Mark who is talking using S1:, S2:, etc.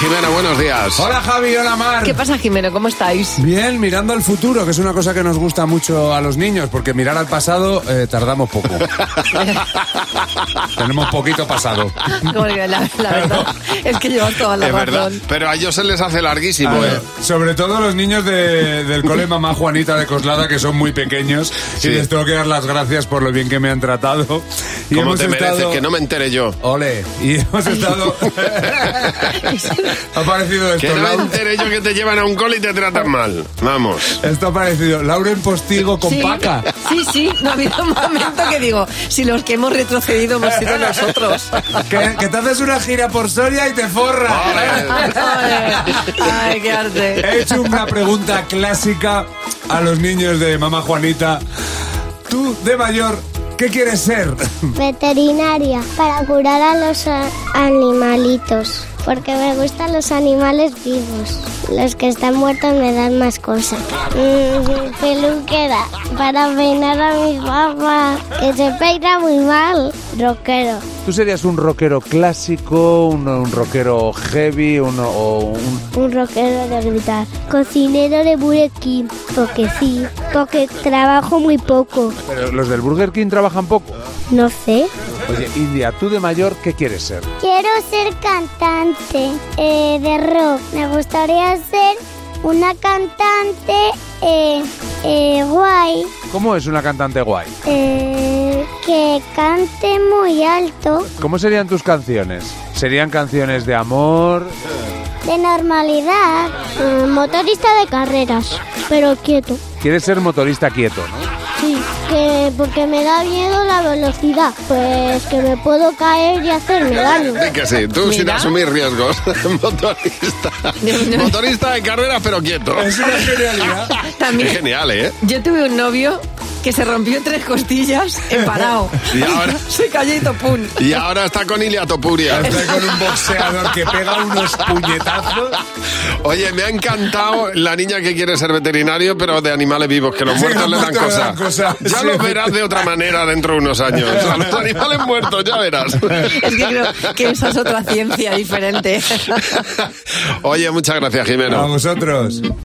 S1: Jimena, buenos días.
S2: Hola Javi, hola Mar.
S3: ¿Qué pasa, Jimeno? ¿Cómo estáis?
S2: Bien, mirando al futuro, que es una cosa que nos gusta mucho a los niños, porque mirar al pasado eh, tardamos poco. Tenemos poquito pasado.
S3: Como que la, la verdad es que llevas toda la
S1: Es verdad,
S3: razón.
S1: pero a ellos se les hace larguísimo.
S2: A
S1: ¿eh?
S2: ver, Pues, sobre todo los niños de- del cole mamá Juanita de Coslada, que son muy pequeños,
S1: Sí.
S2: y les tengo que dar las gracias por lo bien que me han tratado. Y
S1: ¿Cómo
S2: hemos
S1: te mereces?
S2: estado-
S1: Que no me entere yo.
S2: Ole, y hemos estado... ha aparecido
S1: Que
S2: esto,
S1: no me
S2: Lau-
S1: entere yo que te llevan a un col y te tratan mal. Vamos.
S2: Esto ha aparecido Lauren Postigo con
S3: sí,
S2: paca.
S3: sí, sí, no ha habido un momento que digo, si los que hemos retrocedido hemos sido nosotros.
S2: Que, que te haces una gira por Soria y te forras.
S1: Ole.
S3: Ay, qué arte.
S2: He hecho una pregunta clásica a los niños de mamá Juanita. Tú, de mayor, ¿qué quieres ser?
S4: Veterinaria, para curar a los a- animalitos, porque me gustan los animales vivos. Los que están muertos me dan más cosas. Mm, peluquera, para peinar a mi papá, que se peina muy mal. Roquero,
S5: ¿Tú serías un rockero clásico, un, un rockero heavy uno, o un...
S4: un roquero de gritar. Cocinero de burequín, porque sí, porque trabajo muy poco.
S5: Pero los del Burger King trabajan poco.
S4: No sé.
S5: Oye, India, tú de mayor, ¿qué quieres ser?
S4: Quiero ser cantante eh, de rock. Me gustaría ser una cantante eh, eh, guay
S5: ¿Cómo es una cantante guay?
S4: eh, que cante muy alto,
S5: ¿Cómo serían tus canciones? ¿Serían canciones de amor?
S4: de normalidad, eh, motorista de carreras, pero quieto.
S5: ¿Quieres ser motorista quieto, no?
S4: Sí, que porque me da miedo la velocidad, pues que me puedo caer y hacerme daño.
S1: Sí que sí, tú sin
S3: Mira.
S1: asumir riesgos. Motorista. Motorista de carreras, pero quieto.
S2: Es una genialidad.
S1: Es
S3: También,
S1: genial, ¿eh?
S3: yo tuve un novio que se rompió tres costillas en parado.
S1: Y ahora-
S3: Se cayó y topún.
S1: Y ahora está con Ilia Topuria.
S2: Estoy con un boxeador que pega unos puñetazos.
S1: Oye, me ha encantado la niña que quiere ser veterinario, pero de animales vivos, que los
S2: Sí,
S1: muertos
S2: los
S1: le dan
S2: muertos le dan
S1: cosas.
S2: cosa,
S1: Ya
S2: sí.
S1: los verás de otra manera dentro de unos años. A los animales muertos, ya verás.
S3: Es que creo que esa es otra ciencia diferente.
S1: Oye, muchas gracias,
S2: A
S1: Jimeno.
S2: vosotros.